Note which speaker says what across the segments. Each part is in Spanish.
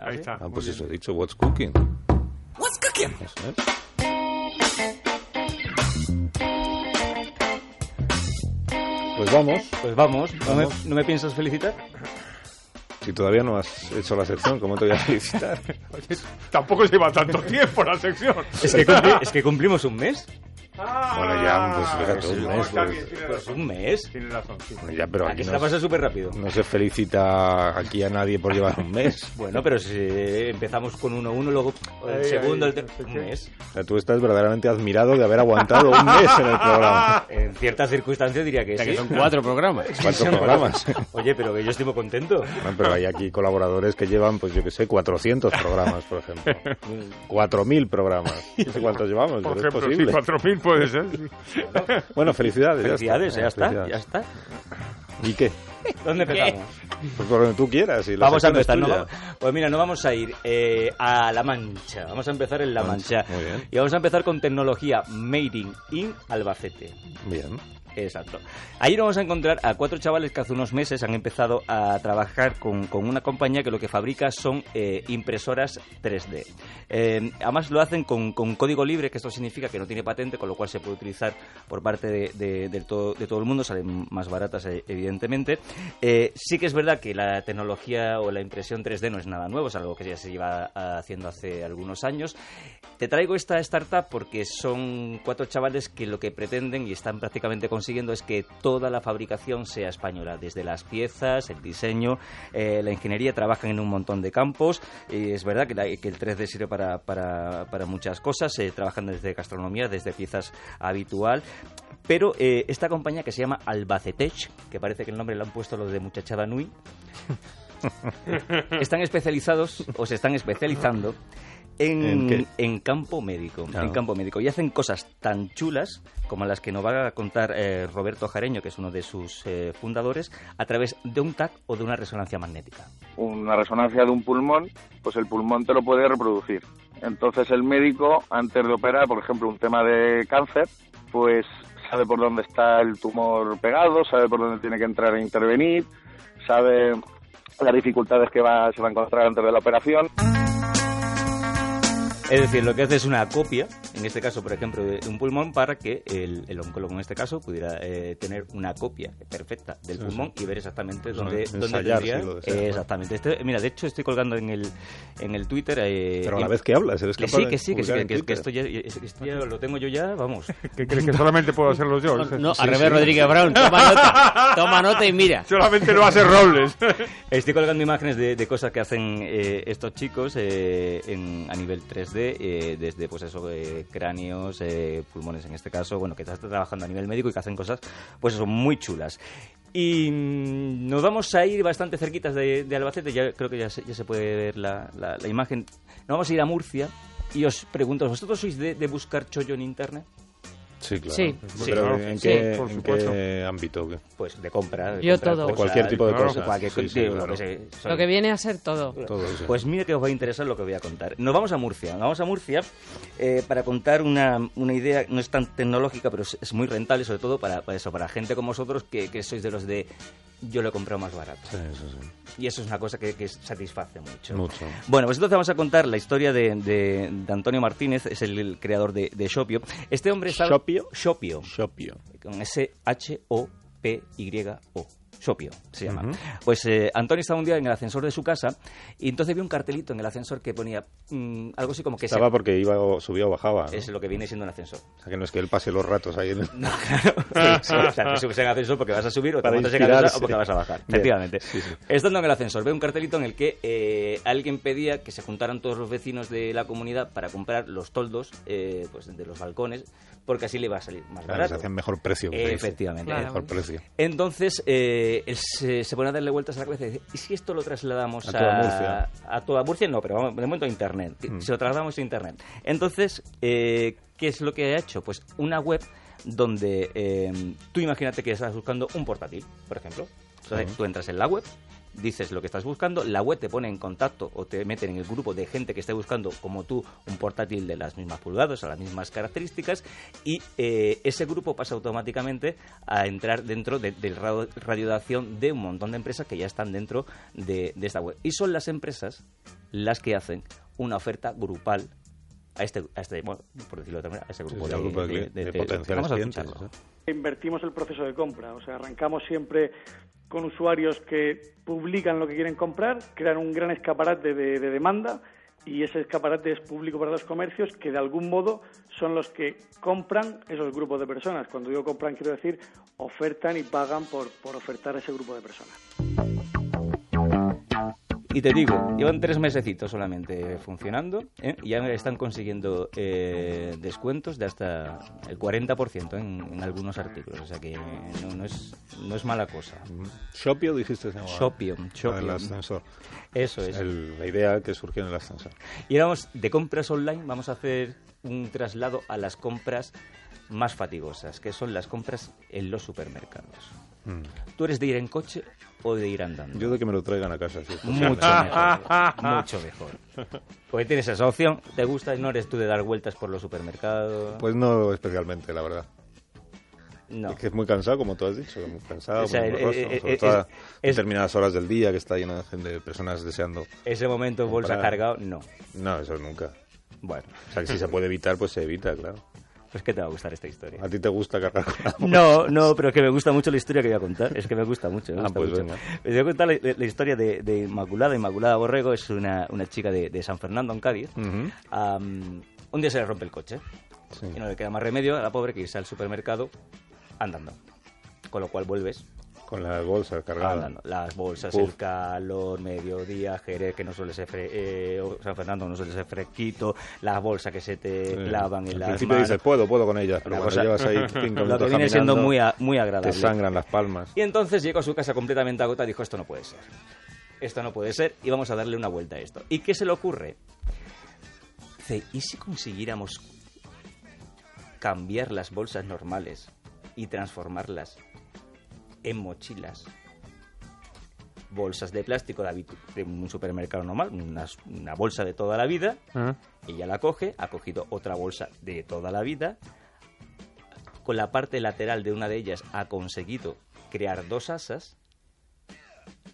Speaker 1: Ahí está.
Speaker 2: Ah, pues
Speaker 1: muy
Speaker 2: eso
Speaker 1: bien.
Speaker 2: he dicho, what's cooking.
Speaker 3: What's cooking?
Speaker 2: Eso es. Pues vamos,
Speaker 4: Pues vamos, ¿no, me,
Speaker 2: Vamos.
Speaker 4: no me piensas felicitar?
Speaker 2: si todavía no has hecho la sección, ¿cómo te voy a felicitar?
Speaker 1: Oye, Tampoco lleva tanto tiempo la sección.
Speaker 4: Es que, cumpli- es que cumplimos un mes.
Speaker 1: Ah,
Speaker 2: Bueno, ya, pues, fíjate,
Speaker 1: sí,
Speaker 2: un
Speaker 1: no,
Speaker 2: mes,
Speaker 1: está
Speaker 2: pues,
Speaker 1: bien, tiene
Speaker 4: Pues
Speaker 1: razón.
Speaker 4: un mes.
Speaker 1: Tiene razón, sí.
Speaker 2: Bueno, ya, pero
Speaker 4: Aquí
Speaker 2: aquí
Speaker 4: se la
Speaker 2: no,
Speaker 4: pasa súper rápido.
Speaker 2: no se felicita aquí a nadie por llevar un mes.
Speaker 4: Bueno, pero si empezamos con 1-1, luego el
Speaker 1: Ahí,
Speaker 4: segundo,
Speaker 1: ahí, no
Speaker 4: el ter-
Speaker 1: sé
Speaker 4: un
Speaker 1: qué.
Speaker 4: mes.
Speaker 2: O sea, tú estás verdaderamente admirado de haber aguantado un mes en el
Speaker 1: Ah,
Speaker 2: programa. Pues
Speaker 4: En ciertas circunstancias diría que
Speaker 5: O sea, que
Speaker 4: sí.
Speaker 5: son cuatro programas.
Speaker 2: ¿Cuántos programas?
Speaker 4: Oye, pero que yo estoy muy contento.
Speaker 2: Bueno, pero hay aquí colaboradores que llevan, pues yo que sé, 400 programas, por ejemplo. 4.000 programas. No sé cuántos llevamos,
Speaker 1: Por
Speaker 2: pero es
Speaker 1: ejemplo, sí,
Speaker 2: posible.
Speaker 1: 4.000 puede ser. sí.
Speaker 2: Bueno, felicidades.
Speaker 4: Felicidades, ya está, ya
Speaker 2: felicidades.
Speaker 4: está.
Speaker 2: ¿Y qué?
Speaker 4: ¿Dónde empezamos?
Speaker 2: Pues por donde tú quieras. y la
Speaker 4: Vamos a
Speaker 2: sección es
Speaker 4: empezar, ¿no?
Speaker 2: tuya.
Speaker 4: Vamos- Pues mira, no vamos a ir eh, a La Mancha. Vamos a empezar en La Mancha.
Speaker 2: muy bien.
Speaker 4: Y vamos a empezar con tecnología Made in, in Albacete.
Speaker 2: Bien.
Speaker 4: Eh, Exacto. Ahí nos vamos a encontrar a cuatro chavales que hace unos meses han empezado a trabajar con, con una compañía que lo que fabrica son eh, impresoras 3D. Eh, además lo hacen con, con código libre, que esto significa que no tiene patente, con lo cual se puede utilizar por parte de, de- del todo, de todo el mundo, salen más baratas eh, evidentemente. Eh, sí que es verdad que la tecnología o la impresión 3D no es nada nuevo, es algo que ya se lleva ah, haciendo hace algunos años. Te traigo esta startup porque son cuatro chavales que lo que pretenden y están prácticamente consiguiendo es que toda la fabricación sea española, desde las piezas, el diseño, eh, la ingeniería, trabajan en un montón de campos. Y es verdad que, la- que el 3D sirve para, para- para muchas cosas, eh, trabajan desde gastronomía, desde piezas habitual. Pero eh, esta compañía que se llama Albacetech, que parece que el nombre lo han puesto los de Muchachada Nui, están especializados o se están especializando en,
Speaker 2: ¿En qué?
Speaker 4: en campo médico.
Speaker 2: Ah.
Speaker 4: En campo médico. Y hacen cosas tan chulas como las que nos va a contar eh, Roberto Jareño, que es uno de sus eh, fundadores, a través de un TAC o de una resonancia magnética.
Speaker 6: una resonancia de un pulmón, pues el pulmón te lo puede reproducir. Entonces el médico, antes de operar, por ejemplo, un tema de cáncer, pues sabe por dónde está el tumor pegado, sabe por dónde tiene que entrar e intervenir, sabe las dificultades que va, se va a encontrar antes de la operación.
Speaker 4: Es decir, lo que hace es una copia, en este caso, por ejemplo, de un pulmón, para que el, el oncólogo, en este caso, pudiera eh, tener una copia perfecta del
Speaker 2: Sí,
Speaker 4: pulmón y ver exactamente
Speaker 2: Pues,
Speaker 4: dónde,
Speaker 2: ensayar,
Speaker 4: dónde
Speaker 2: si
Speaker 4: tendría.
Speaker 2: lo desea.
Speaker 4: eh, exactamente. Este- mira, de hecho, estoy colgando en el, en el Twitter. eh,
Speaker 2: Pero a la
Speaker 4: y-
Speaker 2: vez que hablas, eres
Speaker 4: Que
Speaker 2: capaz
Speaker 4: sí,
Speaker 2: de
Speaker 4: que sí, que, sí,
Speaker 2: publicar
Speaker 4: que,
Speaker 2: en
Speaker 4: que- que
Speaker 2: Twitter.
Speaker 4: esto, ya, esto ya lo tengo yo ya, vamos.
Speaker 1: ¿Qué crees que solamente puedo hacerlo yo?
Speaker 5: No, no, al revés, Rodríguez Brown. Toma nota. Toma nota y mira.
Speaker 1: Solamente lo hace Robles.
Speaker 4: Estoy colgando imágenes de, de cosas que hacen eh, estos chicos eh, en- a nivel 3D, eh, desde pues eso, eh, cráneos, eh, pulmones en este caso, bueno, que están trabajando a nivel médico y que hacen cosas, pues eso, muy chulas. Y mm, nos vamos a ir bastante cerquitas de, de Albacete, ya creo que ya se, ya se puede ver la, la- la imagen. Nos vamos a ir a Murcia y os pregunto, ¿vosotros sois de, de buscar chollo en internet?
Speaker 2: Sí, claro.
Speaker 5: Sí.
Speaker 1: Sí,
Speaker 2: Pero
Speaker 1: claro.
Speaker 2: ¿en,
Speaker 5: Sí,
Speaker 2: qué,
Speaker 1: por
Speaker 2: en
Speaker 1: supuesto.
Speaker 2: qué ámbito? ¿Qué?
Speaker 4: Pues de compra. de
Speaker 5: Yo
Speaker 4: comprar
Speaker 5: todo.
Speaker 4: cosas,
Speaker 2: Cualquier tipo de
Speaker 4: claro,
Speaker 2: cosas.
Speaker 4: cualquier
Speaker 2: Sí,
Speaker 4: co-
Speaker 2: sí,
Speaker 4: digo, lo
Speaker 2: claro.
Speaker 4: que sé, soy-
Speaker 5: Lo que viene a ser todo.
Speaker 2: Todo eso.
Speaker 4: Pues mira que os va a interesar lo que voy a contar. Nos vamos a Murcia. Nos vamos a Murcia eh, para contar una, una idea, no es tan tecnológica, pero es, es muy rentable, sobre todo para, para eso, para gente como vosotros que, que sois de los de yo lo he comprado más barato.
Speaker 2: Sí, sí, sí.
Speaker 4: Y eso es una cosa que, que satisface mucho.
Speaker 2: Mucho.
Speaker 4: Bueno, pues entonces vamos a contar la historia de, de- de Antonio Martínez, es el, el creador de, de Shopio. Este hombre sabe...
Speaker 2: ¿Shopio?
Speaker 4: Shopio
Speaker 2: Shopio.
Speaker 4: con S-H-O-P-Y-O. Sopio se llama. Pues eh, Antonio estaba un día en el ascensor de su casa y entonces vio un cartelito en el ascensor que ponía mm, algo así como que se-
Speaker 2: Estaba porque iba, o- subía o bajaba. ¿no?
Speaker 4: es lo que viene siendo un ascensor.
Speaker 2: O sea, que no es que él pase los ratos ahí en el...
Speaker 4: No, claro. Sí, o sea, te subes en el ascensor porque vas a subir o te
Speaker 2: Para
Speaker 4: montas en el ascensor
Speaker 2: inspirarse.
Speaker 4: o porque vas a bajar.
Speaker 2: Bien.
Speaker 4: Efectivamente.
Speaker 2: Sí, sí.
Speaker 4: Estando en el ascensor, veo un cartelito en el que eh, alguien pedía que se juntaran todos los vecinos de la comunidad para comprar los toldos eh, pues, de los balcones porque así le va a salir
Speaker 2: Claro,
Speaker 4: más
Speaker 2: se
Speaker 4: barato.
Speaker 2: hacían mejor precio. que se dice.
Speaker 4: Efectivamente.
Speaker 5: Claro.
Speaker 2: Mejor precio.
Speaker 4: Entonces, eh, él se, se pone a darle vueltas a la cabeza y dice, ¿y si esto lo trasladamos
Speaker 2: A
Speaker 4: a,
Speaker 2: toda Murcia. Mm.
Speaker 4: a toda Murcia? No, pero vamos, de momento a Internet. Si lo trasladamos a Internet. Entonces, eh, ¿qué es lo que ha hecho? Pues una web donde eh, tú imagínate que estás buscando un portátil, por ejemplo. Entonces, tú entras en la web, dices lo que estás buscando, la web te pone en contacto o te meten en el grupo de gente que esté buscando, como tú, un portátil de las mismas pulgadas, a las mismas características, y eh, ese grupo pasa automáticamente a entrar dentro de- del ra- radio de acción de un montón de empresas que ya están dentro de, de esta web. Y son las empresas las que hacen una oferta grupal a este, a este bueno, por decirlo de otra manera, a ese grupo
Speaker 2: sí,
Speaker 4: de,
Speaker 2: al grupo de cli- de potenciales
Speaker 4: Vamos a
Speaker 2: clientes,
Speaker 4: escucharlo.
Speaker 2: ¿eh?
Speaker 3: invertimos el proceso de compra. O sea, arrancamos siempre con usuarios que publican lo que quieren comprar, crean un gran escaparate de, de demanda y ese escaparate es público para los comercios que de algún modo son los que compran esos grupos de personas. Cuando digo compran quiero decir ofertan y pagan por, por ofertar ese grupo de personas.
Speaker 4: Y te digo, llevan tres mesecitos solamente funcionando ¿eh? y ya están consiguiendo eh, descuentos de hasta el 40% en, en algunos artículos. O sea que no, no es, no es mala cosa.
Speaker 2: Shopio dijiste. se llamaba.
Speaker 4: Shopium,
Speaker 2: La del
Speaker 4: Shopium.
Speaker 2: ascensor.
Speaker 4: Eso es.
Speaker 2: El- la idea que surgió en el ascensor.
Speaker 4: Y ahora vamos, de compras online vamos a hacer un traslado a las compras más fatigosas, que son las compras en los supermercados. ¿Tú eres de ir en coche o de ir andando?
Speaker 2: Yo de que me lo traigan a casa. si es posible.
Speaker 4: Mucho mejor. mucho mejor. Porque tienes esa opción, te gusta y no eres tú de dar vueltas por los supermercados.
Speaker 2: Pues no especialmente, la verdad.
Speaker 4: no.
Speaker 2: Es que es muy cansado, como tú has dicho, muy cansado,
Speaker 4: O sea,
Speaker 2: muy
Speaker 4: eh,
Speaker 2: engorroso,
Speaker 4: eh,
Speaker 2: sobre
Speaker 4: eh,
Speaker 2: todo
Speaker 4: es-
Speaker 2: a
Speaker 4: es-
Speaker 2: determinadas horas del día que está lleno de gente, de personas deseando.
Speaker 4: Ese momento bolsa
Speaker 2: Comprar.
Speaker 4: cargado, no.
Speaker 2: No, eso nunca.
Speaker 4: Bueno,
Speaker 2: O sea, que si se puede evitar, pues se evita, claro.
Speaker 4: pues que te va a gustar esta historia.
Speaker 2: ¿A ti te gusta cargar con la bolsa?
Speaker 4: No, no, pero es que me gusta mucho la historia que voy a contar. Es que me gusta mucho. me
Speaker 2: Ah,
Speaker 4: gusta
Speaker 2: pues
Speaker 4: mucho.
Speaker 2: venga.
Speaker 4: Les voy a contar la, la historia de, de Inmaculada. Inmaculada Borrego es una, una chica de, de San Fernando, en Cádiz.
Speaker 2: Ujú.
Speaker 4: Am, un día se le rompe el coche.
Speaker 2: Sí.
Speaker 4: Y no le queda más remedio a la pobre que irse al supermercado andando. Con lo cual vuelves
Speaker 2: Con las bolsas cargadas.
Speaker 4: Andando. Las bolsas,
Speaker 2: Uf.
Speaker 4: el calor, mediodía, Jerez, que no suele ser fre- eh, o San Fernando no suele ser fresquito, las bolsas que se te
Speaker 2: Sí.
Speaker 4: clavan en
Speaker 2: Eh, Al
Speaker 4: las
Speaker 2: principio
Speaker 4: manos.
Speaker 2: dices, puedo, puedo con ellas, pero
Speaker 4: La
Speaker 2: cuando
Speaker 4: cosa-
Speaker 2: llevas ahí cinco
Speaker 4: lo que
Speaker 2: minutos
Speaker 4: viene siendo
Speaker 2: caminando,
Speaker 4: muy, a- muy agradable.
Speaker 2: te sangran las palmas.
Speaker 4: Y entonces llegó a su casa completamente agotada y dijo, esto no puede ser. Esto no puede ser y vamos a darle una vuelta a esto. ¿Y qué se le ocurre? Dice, ¿y si consiguiéramos cambiar las bolsas normales y transformarlas en mochilas? Bolsas de plástico de, habitu- de un supermercado normal, unas- una bolsa de toda la vida,
Speaker 1: Ah.
Speaker 4: ella la coge, ha cogido otra bolsa de toda la vida. Con la parte lateral de una de ellas ha conseguido crear dos asas.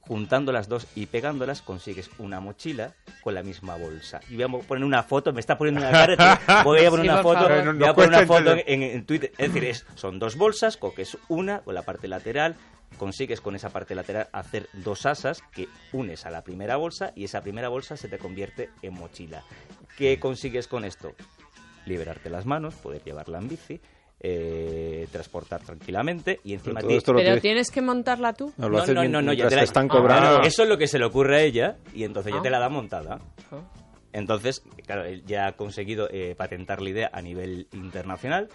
Speaker 4: Juntando las dos y pegándolas consigues una mochila con la misma bolsa. Y voy a poner una foto, me está poniendo una cara, tío. voy a poner
Speaker 5: Sí,
Speaker 4: una
Speaker 5: por
Speaker 4: foto,
Speaker 5: favor.
Speaker 1: No, no
Speaker 4: voy a poner
Speaker 1: cuesta
Speaker 4: una foto
Speaker 1: entender.
Speaker 4: en, en Twitter. Es decir, es- son dos bolsas, coges una con la parte lateral, consigues con esa parte lateral hacer dos asas que unes a la primera bolsa y esa primera bolsa se te convierte en mochila. ¿Qué consigues con esto? Liberarte las manos, poder llevarla en bici, eh, transportar tranquilamente y
Speaker 2: Pero
Speaker 4: encima
Speaker 2: todo
Speaker 4: ti-
Speaker 2: esto lo
Speaker 7: Pero
Speaker 2: tienes-
Speaker 7: tienes que montarla tú.
Speaker 2: no, lo
Speaker 4: No,
Speaker 2: haces
Speaker 4: no, no, no, ya
Speaker 2: mientras
Speaker 4: te
Speaker 2: te,
Speaker 4: la-
Speaker 2: están
Speaker 4: Ah,
Speaker 2: cobrando.
Speaker 4: no, eso es lo que se le ocurre a ella y entonces ya
Speaker 7: Ah.
Speaker 4: te la da montada.
Speaker 7: Ah.
Speaker 5: Pues
Speaker 4: Entonces, claro, él ya ha conseguido eh, patentar la idea a nivel internacional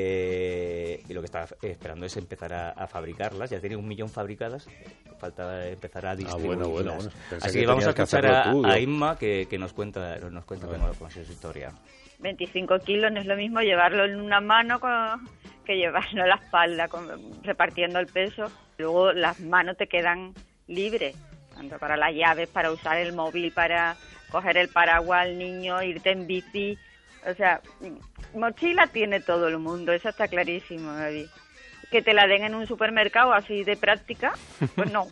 Speaker 4: eh, y lo que está esperando es empezar a, a fabricarlas. Ya tiene un millón fabricadas, falta empezar a distribuirlas.
Speaker 2: Ah, bueno, bueno, bueno. Pensé
Speaker 4: Así
Speaker 2: que
Speaker 4: que vamos a
Speaker 2: tenías que
Speaker 4: escuchar
Speaker 2: hacerlo
Speaker 4: a,
Speaker 2: tú,
Speaker 4: a
Speaker 2: yo.
Speaker 4: Inma que, que nos cuenta, nos cuenta cómo cómo ha sido su historia.
Speaker 8: 25 kilos no es lo mismo llevarlo en una mano co- que llevarlo a la espalda, con- repartiendo el peso. Luego las manos te quedan libres, tanto para las llaves, para usar el móvil, para coger el paraguas al niño, irte en bici. O sea, mochila tiene todo el mundo, eso está clarísimo, David. Que te la den en un supermercado así de práctica, pues no.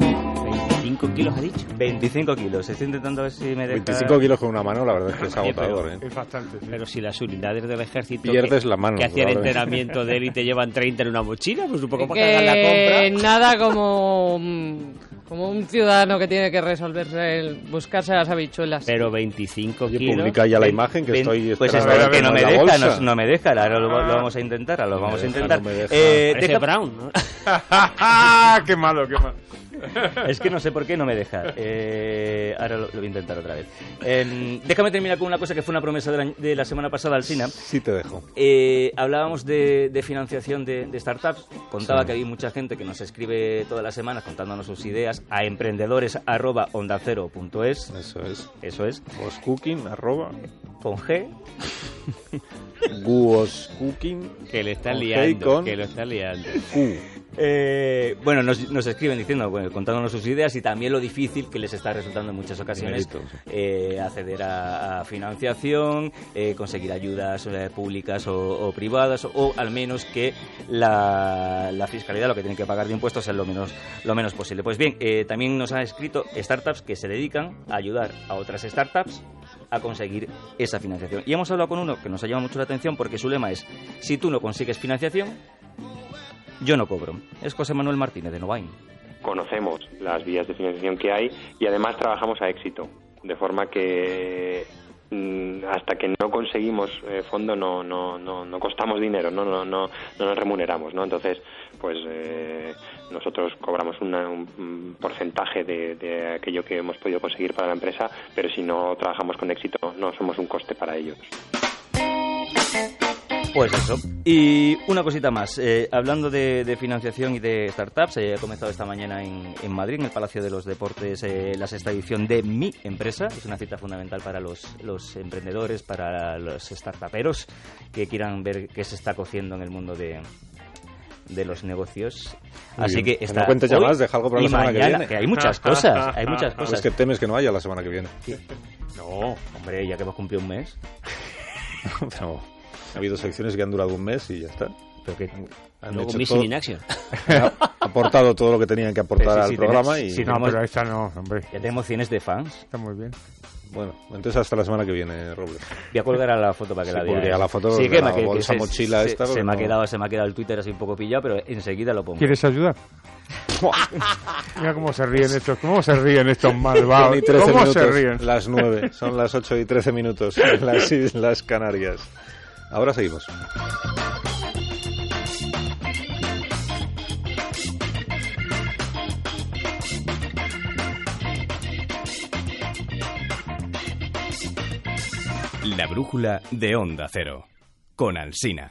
Speaker 5: 25 kilos ha dicho.
Speaker 4: 25 kilos, estoy intentando ver si me deja...
Speaker 2: 25 kilos con una mano, la verdad es que es agotador. ¿eh?
Speaker 1: Es bastante. sí.
Speaker 5: Pero si las unidades del ejército
Speaker 2: Pierdes
Speaker 5: que,
Speaker 2: la mano,
Speaker 5: que hacían
Speaker 2: probablemente.
Speaker 5: entrenamiento de élite llevan 30 en una mochila, pues un poco para cargar la
Speaker 7: Que
Speaker 5: compra.
Speaker 7: nada como, mm, como un ciudadano que tiene que resolverse el buscarse las habichuelas.
Speaker 5: Pero 25
Speaker 2: Oye,
Speaker 5: kilos.
Speaker 2: publica ya la
Speaker 4: Ven-
Speaker 2: imagen que
Speaker 4: ven-
Speaker 2: estoy
Speaker 4: Pues
Speaker 2: esperando
Speaker 1: espero
Speaker 2: a ver
Speaker 4: que no
Speaker 2: cómo
Speaker 4: me
Speaker 2: es la
Speaker 4: deja,
Speaker 2: bolsa.
Speaker 4: no, no me deja, ahora lo, lo
Speaker 1: Ah.
Speaker 4: vamos a intentar, ahora lo
Speaker 2: No
Speaker 4: vamos
Speaker 2: me
Speaker 4: a
Speaker 2: deja,
Speaker 4: intentar.
Speaker 2: no me deja.
Speaker 4: Eh,
Speaker 5: Parece
Speaker 4: deja-
Speaker 5: Brown, ¿no?
Speaker 1: ¡Ah, ¡Qué malo, qué malo!
Speaker 4: Es que no sé por qué no me deja. Eh, ahora lo, lo voy a intentar otra vez. Em, déjame terminar con una cosa que fue una promesa de la, de la semana pasada al SINA.
Speaker 2: Sí te dejo.
Speaker 4: Eh, hablábamos de, de financiación de, de startups. Contaba
Speaker 2: Sí.
Speaker 4: que hay mucha gente que nos escribe todas las semanas contándonos sus ideas a emprendedores.ondacero.es.
Speaker 2: Eso es.
Speaker 4: Eso es,
Speaker 2: Goscooking, arroba.
Speaker 4: con G.
Speaker 2: Guoscooking.
Speaker 5: Que le están
Speaker 2: Con
Speaker 5: liando.
Speaker 2: G y con-
Speaker 5: Que lo están liando.
Speaker 2: Q.
Speaker 4: Eh, bueno, nos, nos escriben diciendo, bueno, contándonos sus ideas y también lo difícil que les está resultando en muchas ocasiones
Speaker 2: Dinerito, sí.
Speaker 4: eh, acceder a, a financiación, eh, conseguir ayudas eh, públicas o, o privadas, o, al menos que la, la fiscalidad lo que tienen que pagar de impuestos es lo menos, lo menos posible. Pues bien, eh, también nos han escrito startups que se dedican a ayudar a otras startups a conseguir esa financiación. Y hemos hablado con uno que nos ha llamado mucho la atención porque su lema es, si tú no consigues financiación, yo no cobro. Es José Manuel Martínez de Novain.
Speaker 9: conocemos las vías de financiación que hay y además trabajamos a éxito, de forma que mm, hasta que no conseguimos eh, fondo no, no, no, no costamos dinero, no, no, no, no nos remuneramos, ¿no? Entonces, pues eh, nosotros cobramos una- un un porcentaje de, de aquello que hemos podido conseguir para la empresa, pero si no trabajamos con éxito no somos un coste para ellos.
Speaker 4: Pues eso. Y una cosita más. Eh, hablando de, de financiación y de startups, eh, he comenzado esta mañana en, en Madrid, en el Palacio de los Deportes, eh, la sexta edición de Mi Empresa. Es una cita fundamental para los, los emprendedores, para los startuperos que quieran ver qué se está cociendo en el mundo de de los negocios.
Speaker 2: Muy
Speaker 4: Así
Speaker 2: bien.
Speaker 4: que
Speaker 2: Que
Speaker 4: está
Speaker 2: no cuentes ya
Speaker 4: hoy
Speaker 2: más, deja algo para
Speaker 4: y
Speaker 2: la semana que
Speaker 4: mañana,
Speaker 2: viene.
Speaker 4: hay muchas cosas, hay muchas
Speaker 2: Pues
Speaker 4: cosas.
Speaker 2: es que temes que no haya la semana que viene.
Speaker 4: No, hombre, ya que hemos cumplido un mes.
Speaker 2: Pero ha habido secciones que han durado un mes y ya está.
Speaker 4: Pero que,
Speaker 2: Han
Speaker 5: Luego
Speaker 2: hecho
Speaker 5: Missing
Speaker 2: todo-
Speaker 5: in Action.
Speaker 2: ha aportado todo lo que tenían que aportar
Speaker 4: Sí, sí,
Speaker 2: al
Speaker 4: sí,
Speaker 2: programa
Speaker 4: tenemos-
Speaker 2: y
Speaker 4: sí,
Speaker 1: No,
Speaker 4: Vamos.
Speaker 1: pero esta no, hombre.
Speaker 4: ya tenemos cienes de fans.
Speaker 1: Está muy bien.
Speaker 2: bueno, entonces hasta la semana que viene, Robles.
Speaker 4: Voy a colgar a la foto para que
Speaker 2: Sí,
Speaker 4: la veáis.
Speaker 2: publica la foto
Speaker 4: Sí,
Speaker 2: de
Speaker 4: que
Speaker 2: la
Speaker 4: me- que- que
Speaker 2: bolsa
Speaker 4: se-
Speaker 2: mochila
Speaker 4: se,
Speaker 2: esta,
Speaker 4: Se,
Speaker 2: porque
Speaker 4: me ha
Speaker 2: no-
Speaker 4: quedado, se me ha quedado el Twitter así un poco pillado, pero enseguida lo pongo.
Speaker 1: ¿Quieres ayudar? Mira cómo se ríen estos, cómo se ríen estos malvados.
Speaker 2: Son y 13
Speaker 1: ¿Cómo se
Speaker 2: minutos,
Speaker 1: ríen?
Speaker 2: Las 9, son las 8 y 13 minutos en las Islas Canarias. Ahora seguimos.
Speaker 10: La brújula de Onda Cero. Con Alsina.